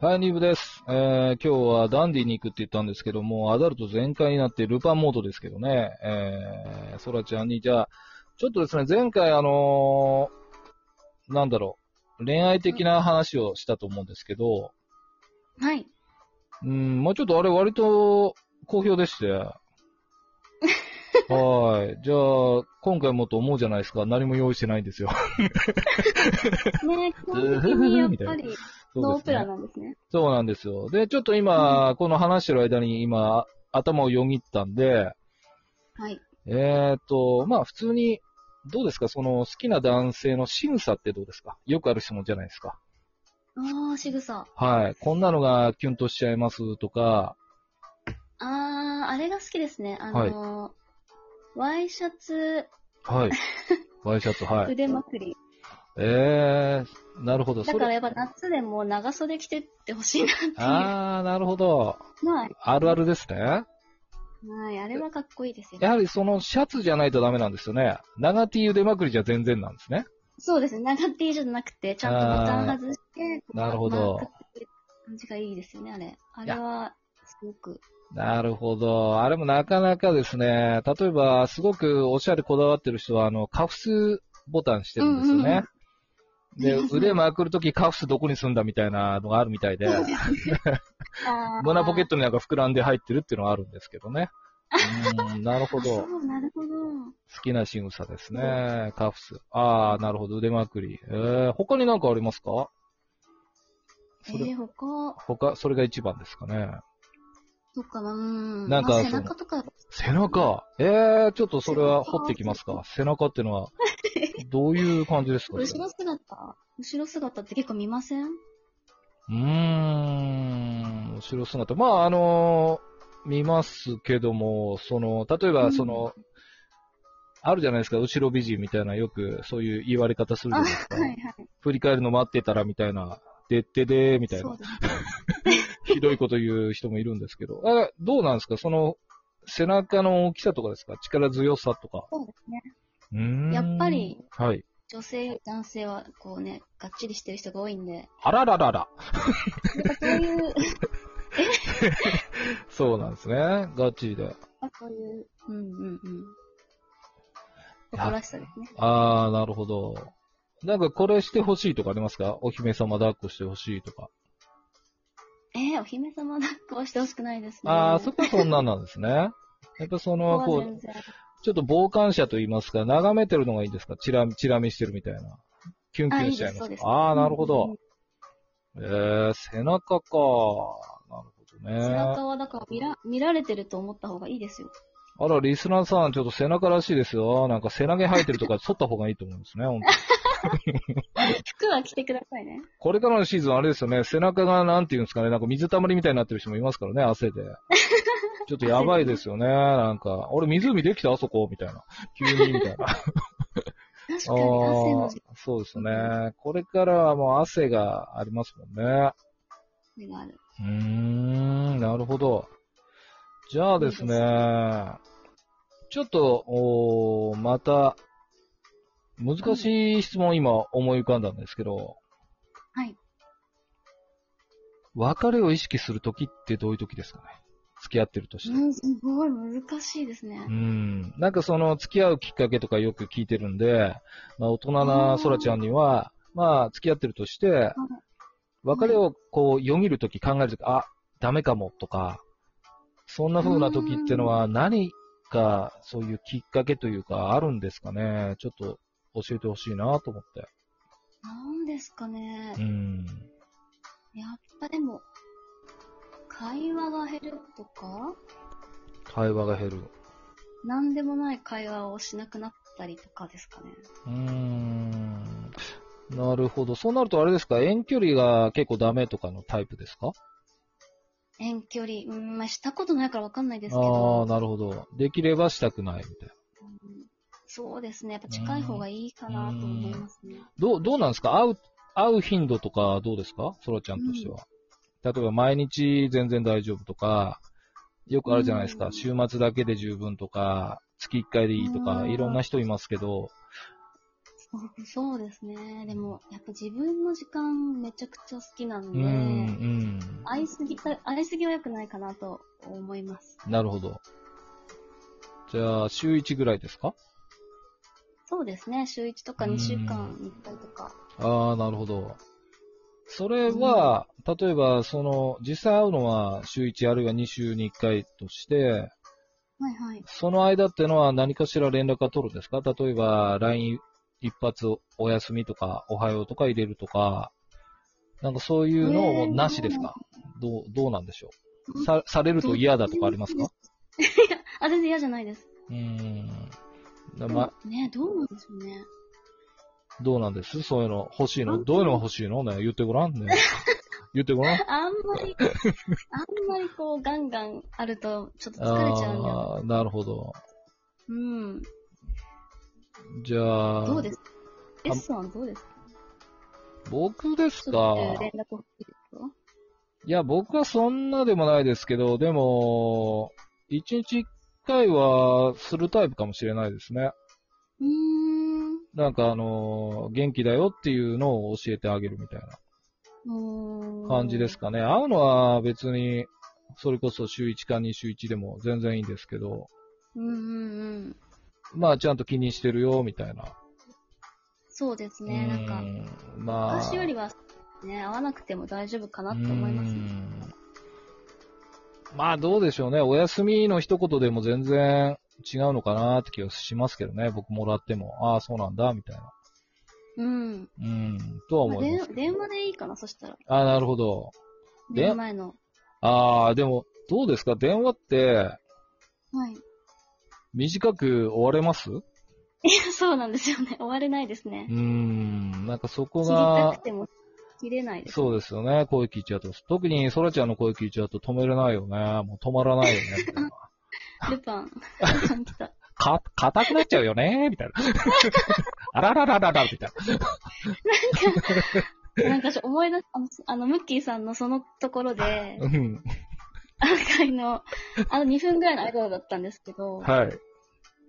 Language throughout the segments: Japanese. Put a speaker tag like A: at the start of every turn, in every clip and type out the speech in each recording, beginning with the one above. A: はい、ニーブです。えー、今日はダンディに行くって言ったんですけども、アダルト全開になってルパンモードですけどね、えー、ソラちゃんに、じゃあ、ちょっとですね、前回あのーなんだろう、恋愛的な話をしたと思うんですけど、
B: はい。
A: うん、まあちょっとあれ割と好評でして、はい。じゃあ、今回もと思うじゃないですか。何も用意してないんですよ。
B: ね、基本的にやっぱり
A: そう
B: ノ
A: で
B: ー
A: す
B: プ
A: ね
B: ラ。なんですね。
A: そうなんですよ。で、ちょっと今、この話してる間に今、頭をよぎったんで、
B: はい。
A: えっ、と、まあ普通に、どうですかその好きな男性の仕草ってどうですかよくある質問じゃないですか。
B: ああ、仕草。あ
A: はい。こんなのがキュンとしちゃいますとか、
B: あ、あれが好きですね。あのーワイシャツ
A: はい。 ワイシャツ、 はい。
B: 腕まくり。
A: えー、なるほど。
B: だ
A: そ
B: から
A: れ、
B: やっぱ夏でも長袖着てってほしいなっていう。
A: あー、なるほど。
B: はい。
A: あるあるですね。
B: はい。あれはかっこいいですよ。
A: やはりそのシャツじゃないとダメなんですよね。長 T 腕まくりじゃ全然なんですね。
B: そうですね。長 T じゃなくて、ちゃんとボタン外して、
A: なるほど
B: マークって感じがいいですよね、あれ。あれは、すごく。
A: なるほど。あれもなかなかですね。例えば、すごくおしゃれこだわってる人は、あの、カフスボタンしてるんですよね。
B: うんうん
A: で、腕まくるときカフスどこに住んだみたいなのがあるみたいで、
B: あー
A: 胸ポケットになんか膨らんで入ってるっていうのがあるんですけどね。 うん、なるほ
B: そ
A: ど。
B: う、なるほど。
A: 好きな仕草です
B: う
A: ね。カフス。ああ、なるほど。腕まくり。えー、他になんかありますか
B: え
A: それ、
B: ー、他、
A: 他、それが一番ですかね。
B: そっかな、うん。
A: なんか
B: まあ
A: そ
B: 背
A: の
B: 中とか、
A: 背中ええー、ちょっとそれは掘ってきますか。背中ってのは、 どういう感じですか
B: 後ろ姿後ろ姿って結構見ません
A: うーん、後ろ姿。まあ、あのー見ますけども、その、例え
B: う
A: ば、
B: ん
A: その、あるじゃないですか、後ろ美人みたいな、よくそういう言われ方するじゃ
B: あ、は
A: ないですか。
B: いはい。
A: 振り返るの待ってたらみたいな、でってでーみたい
B: そ
A: な
B: う、です
A: ひどいこと言う人もいるんですけど、あどうなんですかその、背中の大きさとかですか力強さとか。
B: そうですね。
A: うーん
B: やっぱり。
A: はい。
B: 女性、男性は、こうね、がっちりしてる人が多い んで、
A: あらららら。
B: やっぱそういう、
A: そうなんですね。ガチで。
B: こういう、うんうんうん。誇らしさですね。
A: あー、なるほど。なんかこれしてほしいとかありますかお姫様抱っこしてほしいとか。
B: えー、お姫様抱っこはしてほしくないですね。
A: あー、そこはそんなんなんですね。 やっぱそ
B: こ
A: の、
B: は
A: こ
B: 全
A: う、
B: 然。
A: ちょっと傍観者と言いますか、眺めてるのがいいんですかチラ、チラ見してるみたいな。キュンキュンしちゃい
B: あいいですそ
A: ま
B: う
A: す
B: です
A: かあー、なるほ
B: うんう
A: ど
B: ん。
A: えー、背中か。な
B: 背
A: るほどね。
B: 中は、だから見ら、見られてると思った方がいいですよ。
A: あら、リスナーさん、ちょっと背中らしいですよ。なんか背中生えてるとか、 剃った方がいいと思うんですね、本当に
B: 服は着てくださいね。
A: これからのシーズン、あれですよね、背中がなんていうんですかね、なんか水たまりみたいになってる人もいますからね、汗で。ちょっとやばいですよね、なんか。俺、湖できたあそこみたいな。急に、みたいな。あ
B: 確かに、汗
A: ー
B: の
A: そうですね。これからはもう汗がありますもんね。
B: 時がある。
A: うーん、なるほど。じゃあですね、
B: いい
A: ちょっと、おーまた、難しい質問今思い浮かんだんですけど、
B: はい。
A: 別れを意識するときってどういうときですかね付き合ってるとして。
B: うん、すごい難しいですね
A: う。ん。なんかその、付き合うきっかけとかよく聞いてるんで、まあ大人な空ちゃんには、まあ付き合ってるとして、別れをこう、よぎるとき考えるとき、あ、ダメかもとか、そんな風なときってのは何かそういうきっかけというかあるんですかねちょっと教えてほしいなと思って。
B: なんですかね
A: う。ん。
B: やっぱでも、会話が減るとか、
A: 会話が減る。
B: なんでもない会話をしなくなったりとかですかね。
A: うーんなるほど。そうなるとあれですか、遠距離が結構ダメとかのタイプですか
B: 遠距離、うん、まあ、したことないからわかんないですけ
A: ああ、
B: ど、
A: なるほど。できればしたくないみたいな。
B: うんそうですね。やっぱ近い方がいいかなと思いますね。
A: どう、どうなんですか会う、会う頻度とかどうですかそらちゃんとしては。例えば毎日全然大丈夫とか、よくあるじゃないですか。
B: うん
A: 週末だけで十分とか、月1回でいいとか、
B: うん
A: いろんな人いますけど、
B: そうですね。でも、やっぱ自分の時間めちゃくちゃ好きなの
A: う
B: で、
A: ん、うん。
B: 会いすぎた、会いすぎは良くないかなと思います。
A: なるほど。じゃあ、週1ぐらいですか
B: そうですね。週1とか
A: うん
B: 2週間に1回とか。
A: ああ、なるほど。それは、例えば、その、実際会うのは週1あるいは2週に1回として、
B: はいはい。
A: その間ってのは何かしら連絡は取るんですか例えば、LINE 一発お休みとか、おはようとか入れるとか、なんかそういうのをなしですか、どう、どうなんでしょうさ、されると嫌だとかありますか
B: あ、全然嫌じゃないです。
A: うーん。だま、
B: ね、どうなんでしょうね。
A: どうなんですそういうの欲しいのどういうのが欲しいのね言ってごらん ね。言ってごらん。
B: あんまり、あんまりこう、ガンガンあると、ちょっと疲れちゃうんだ。
A: ああー、なるほど。
B: うん。
A: じゃあ、
B: どうですか ?S さんはどうですか
A: 僕です
B: ちょ
A: か
B: っと連絡欲しいですか
A: いや、僕はそんなでもないですけど、でも、一日一回はするタイプかもしれないですね。
B: うーん。
A: なんかあのー、元気だよっていうのを教えてあげるみたい
B: も
A: な
B: う
A: 感じです
B: か。
A: かね。会うのは別に、それこそ週1か2週1でも全然いいんですけど、
B: うんうんうん。
A: まあちゃんと気にしてるよ、みたいな。
B: そうですね。なんか
A: う、んまあ。
B: 昔よりは、ね、会わなくても大丈夫かなって思います
A: うー
B: ね。
A: んまあどうでしょうね。お休みの一言でも全然違うのかなって気がしますけどね。僕もらっても、ああ、そうなんだ、みたいな。
B: うん。
A: うん、とは
B: まあ
A: 思いま
B: 電
A: す。
B: 電話でいいかな、そしたら。
A: ああ、なるほど。で
B: 寝る前の。
A: ああ、でも、どうですか電話って
B: はい。
A: 短く終われますう
B: いや、そうなんですよね。終われないですね
A: ー。ん、なんかそこ
B: 切りた
A: が
B: く、ても切れないです。
A: そうですよね。声聞いちゃうと。特にソラちゃんの声聞いちゃうと止めれないよね。もう止まらないよね。みたいな
B: ル パン。ルパン来た。
A: か、硬くなっちゃうよね、みたいな。あららららら、みたいな。
B: なんかし思い出す、あの、あのムッキーさんのそのところで、
A: うん。
B: アーカイの、あの2分ぐらいの間だったんですけど、
A: はい。
B: あ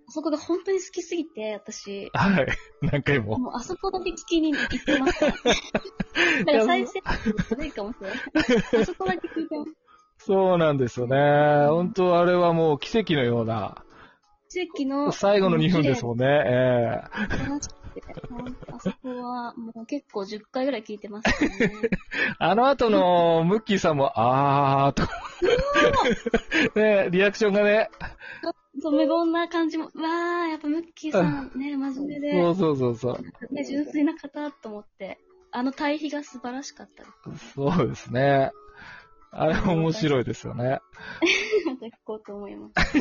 B: そこが本当に好きすぎて、私、
A: はい。何回も。
B: もうあそこだけ聞きに行って ました。だから再生悪いかもしれ ない。あそこだけ聞いてます。
A: そうなんですよね。本当あれはもう奇跡のような。
B: 奇跡の、
A: 最後の2分ですもんね。ええ
B: 楽しくてあそこはもう結構10回ぐらい聞いてますね。
A: あの後のムッキーさんも、あーとか。ねリアクションがね。
B: そう無言な感じも、わー、やっぱムッキーさんね、真面目で、
A: そうそうそうそう。
B: ね、純粋な方と思って、あの対比が素晴らしかったで
A: そうですね。あれ面白いですよね。
B: す。また聞こうと思います。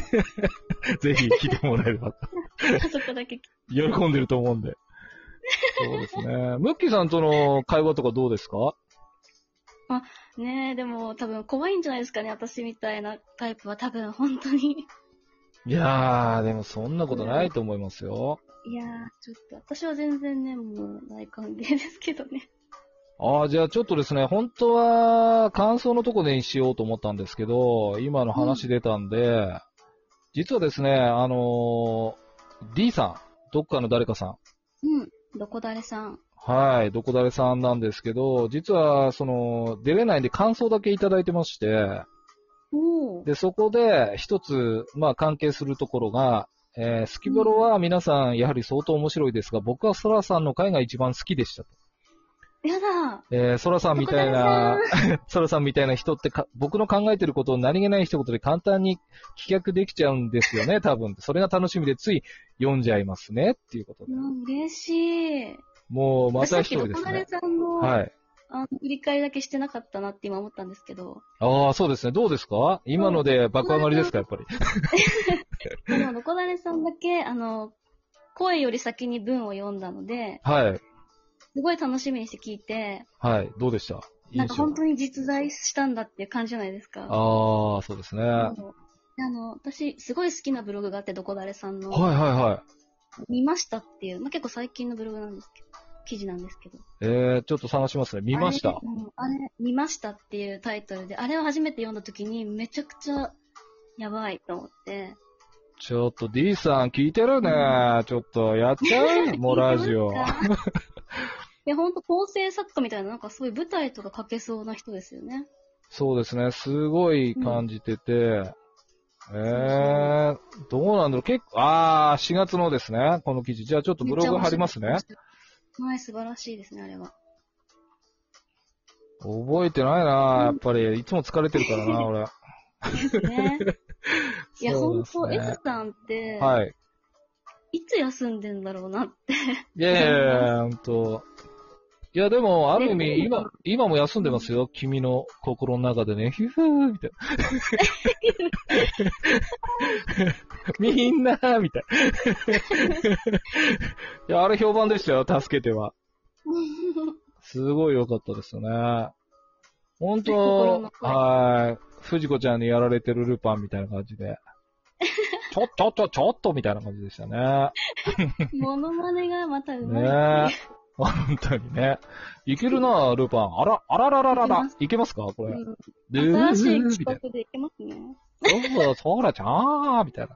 A: ぜひ聞いてもらえれば。
B: あそこだけ聞
A: 喜んでると思うんで。そうですね。ムッキーさんとの会話とかどうですか
B: く。ねえ、でも多分怖いんじゃないですかね、私みたいなタイプは多分本当に。
A: いやー、でもそんなことないと思いますよ。
B: いやー、ちょっと私は全然ね、もう大歓迎ですけどね。
A: ああ、じゃあちょっとですね、本当は感想のとこでにしようと思ったんですけど、今の話出たんで、実はですね、あのー D さん、どっかの誰かさん、
B: うん。どこだれさん。
A: はい、どこだれさんなんですけど、実は、その、出れないんで感想だけいただいてまして、
B: おー。
A: で、そこで一つ、まあ関係するところが、えー、スキボロは皆さんやはり相当面白いですが、僕はソラさんの回が一番好きでしたと。
B: やだ
A: えー、ソラさんみたいな、ソラさんみたいな人ってか、僕の考えてることを何気ない一言で簡単に棄却できちゃうんですよね、 多分。それが楽しみでつい読んじゃいますね、っていうことで
B: う。ん、嬉しい。
A: もう、ま
B: 私
A: た
B: さっ
A: 一
B: きど
A: 人で
B: こ
A: す
B: だれ
A: ね。
B: さんの、
A: はい。
B: あの、振り返りだけしてなかったなって今思ったんです けど、
A: ああ、そうですね。どうですか今ので爆上がりですか、やっぱり。
B: でも、ロコダレさんだけ、あの、声より先に文を読んだので、
A: はい。
B: すごい楽しみにして聞いて、
A: はい。どうでした
B: なんか本
A: 印
B: 当に実在したんだっていう感じじゃないですか。
A: 象ああ、そうですね。は
B: そうであの、私、すごい好きなブログがあって、どこだれさん
A: い
B: の、
A: はいはい。
B: 見ましたっていう、まあ、結構最近のブログなんですけど、記事なんですけど。
A: えー、ちょっと探しますね。見まし
B: あれ
A: た。
B: うんあれ、見ましたっていうタイトルで、あれを初めて読んだ時に、めちゃくちゃやばいと思って、
A: ちょっと D さん聞いてるね。ちょっとやっちゃうもうラジオ
B: い。や、ほんと構成作家みたいな、なんかすごい舞台とか書けそうな人ですよね。
A: そうですね。すごい感じてて。えー、どうなんだろう。結構、あー、4月のですね。この記事。じゃあちょっとブログ貼りますね。。
B: はい、素晴らしいですね、あれは。
A: 覚えてないな、やっぱり。いつも疲れてるからな、俺。
B: ですね。いや、
A: そう
B: ほ
A: で
B: ん
A: す
B: と、
A: ね
B: S さんって、
A: はい。
B: いつ休んでんだろうなって。
A: いやいやいやいや、ほんと。いや、でも、ある意
B: ね
A: 味、今、今も休んでますよ。君の心の中でね、ヒューフーみたい な。みんな、みたいな。いや、あれ評判でしたよ、助けては。すごい良かったですよね。本
B: 心
A: 当
B: の、声
A: はい。藤子ちゃんにやられてるルパンみたいな感じ で。ちょ、ちょ、ちょ、ちょっとみたいな感じでしたね。
B: モノマネがまたうまい
A: ね え。本当にね。いけるな、ルパン。あら、あららららら。いけますかこれ。
B: って
A: ル
B: いう、
A: ー
B: 新しい
A: みたい
B: 企画でいけますね。
A: な。そうそう、そらちゃんみたい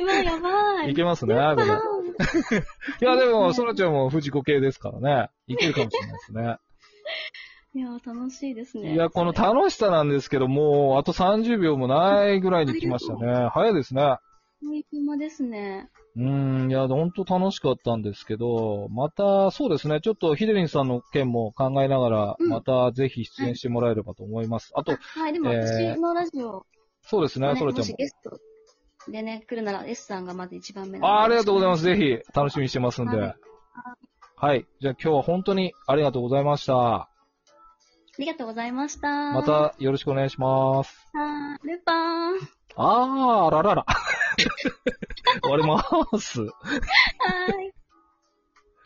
A: う
B: わ、やば
A: な。
B: い。
A: いけますね、これ。いや、でも、そらちゃんも藤子系ですからね。いけるかもしれないですね。
B: いや、楽しいです ね。
A: いや、この楽しさなんですけど、もう、あと30秒もないぐらいに来ましたね。早いですね。
B: いくまですね。
A: うーん、いや、ほんと楽しかったんですけど、また、そうですね、ちょっとヒデリンさんの件も考えながら、
B: うん
A: またぜひ出演してもらえればと思います。あと、
B: はい、でも私のラジオ、
A: そうですね、
B: ね
A: そらちゃ
B: も
A: ん
B: し
A: も。
B: ゲストでね、来るなら S さんがまず一番目
A: あーありがとうございます。ぜ
B: ひ。
A: ひ、楽しみにしてますんで。
B: はいは
A: はい。じゃあ今日は本当にありがとうございました。
B: ありがとうございました。
A: ま
B: まは
A: たよろしくお願いします。
B: いルパ ン。は
A: あー、あららら。終わります。
B: い。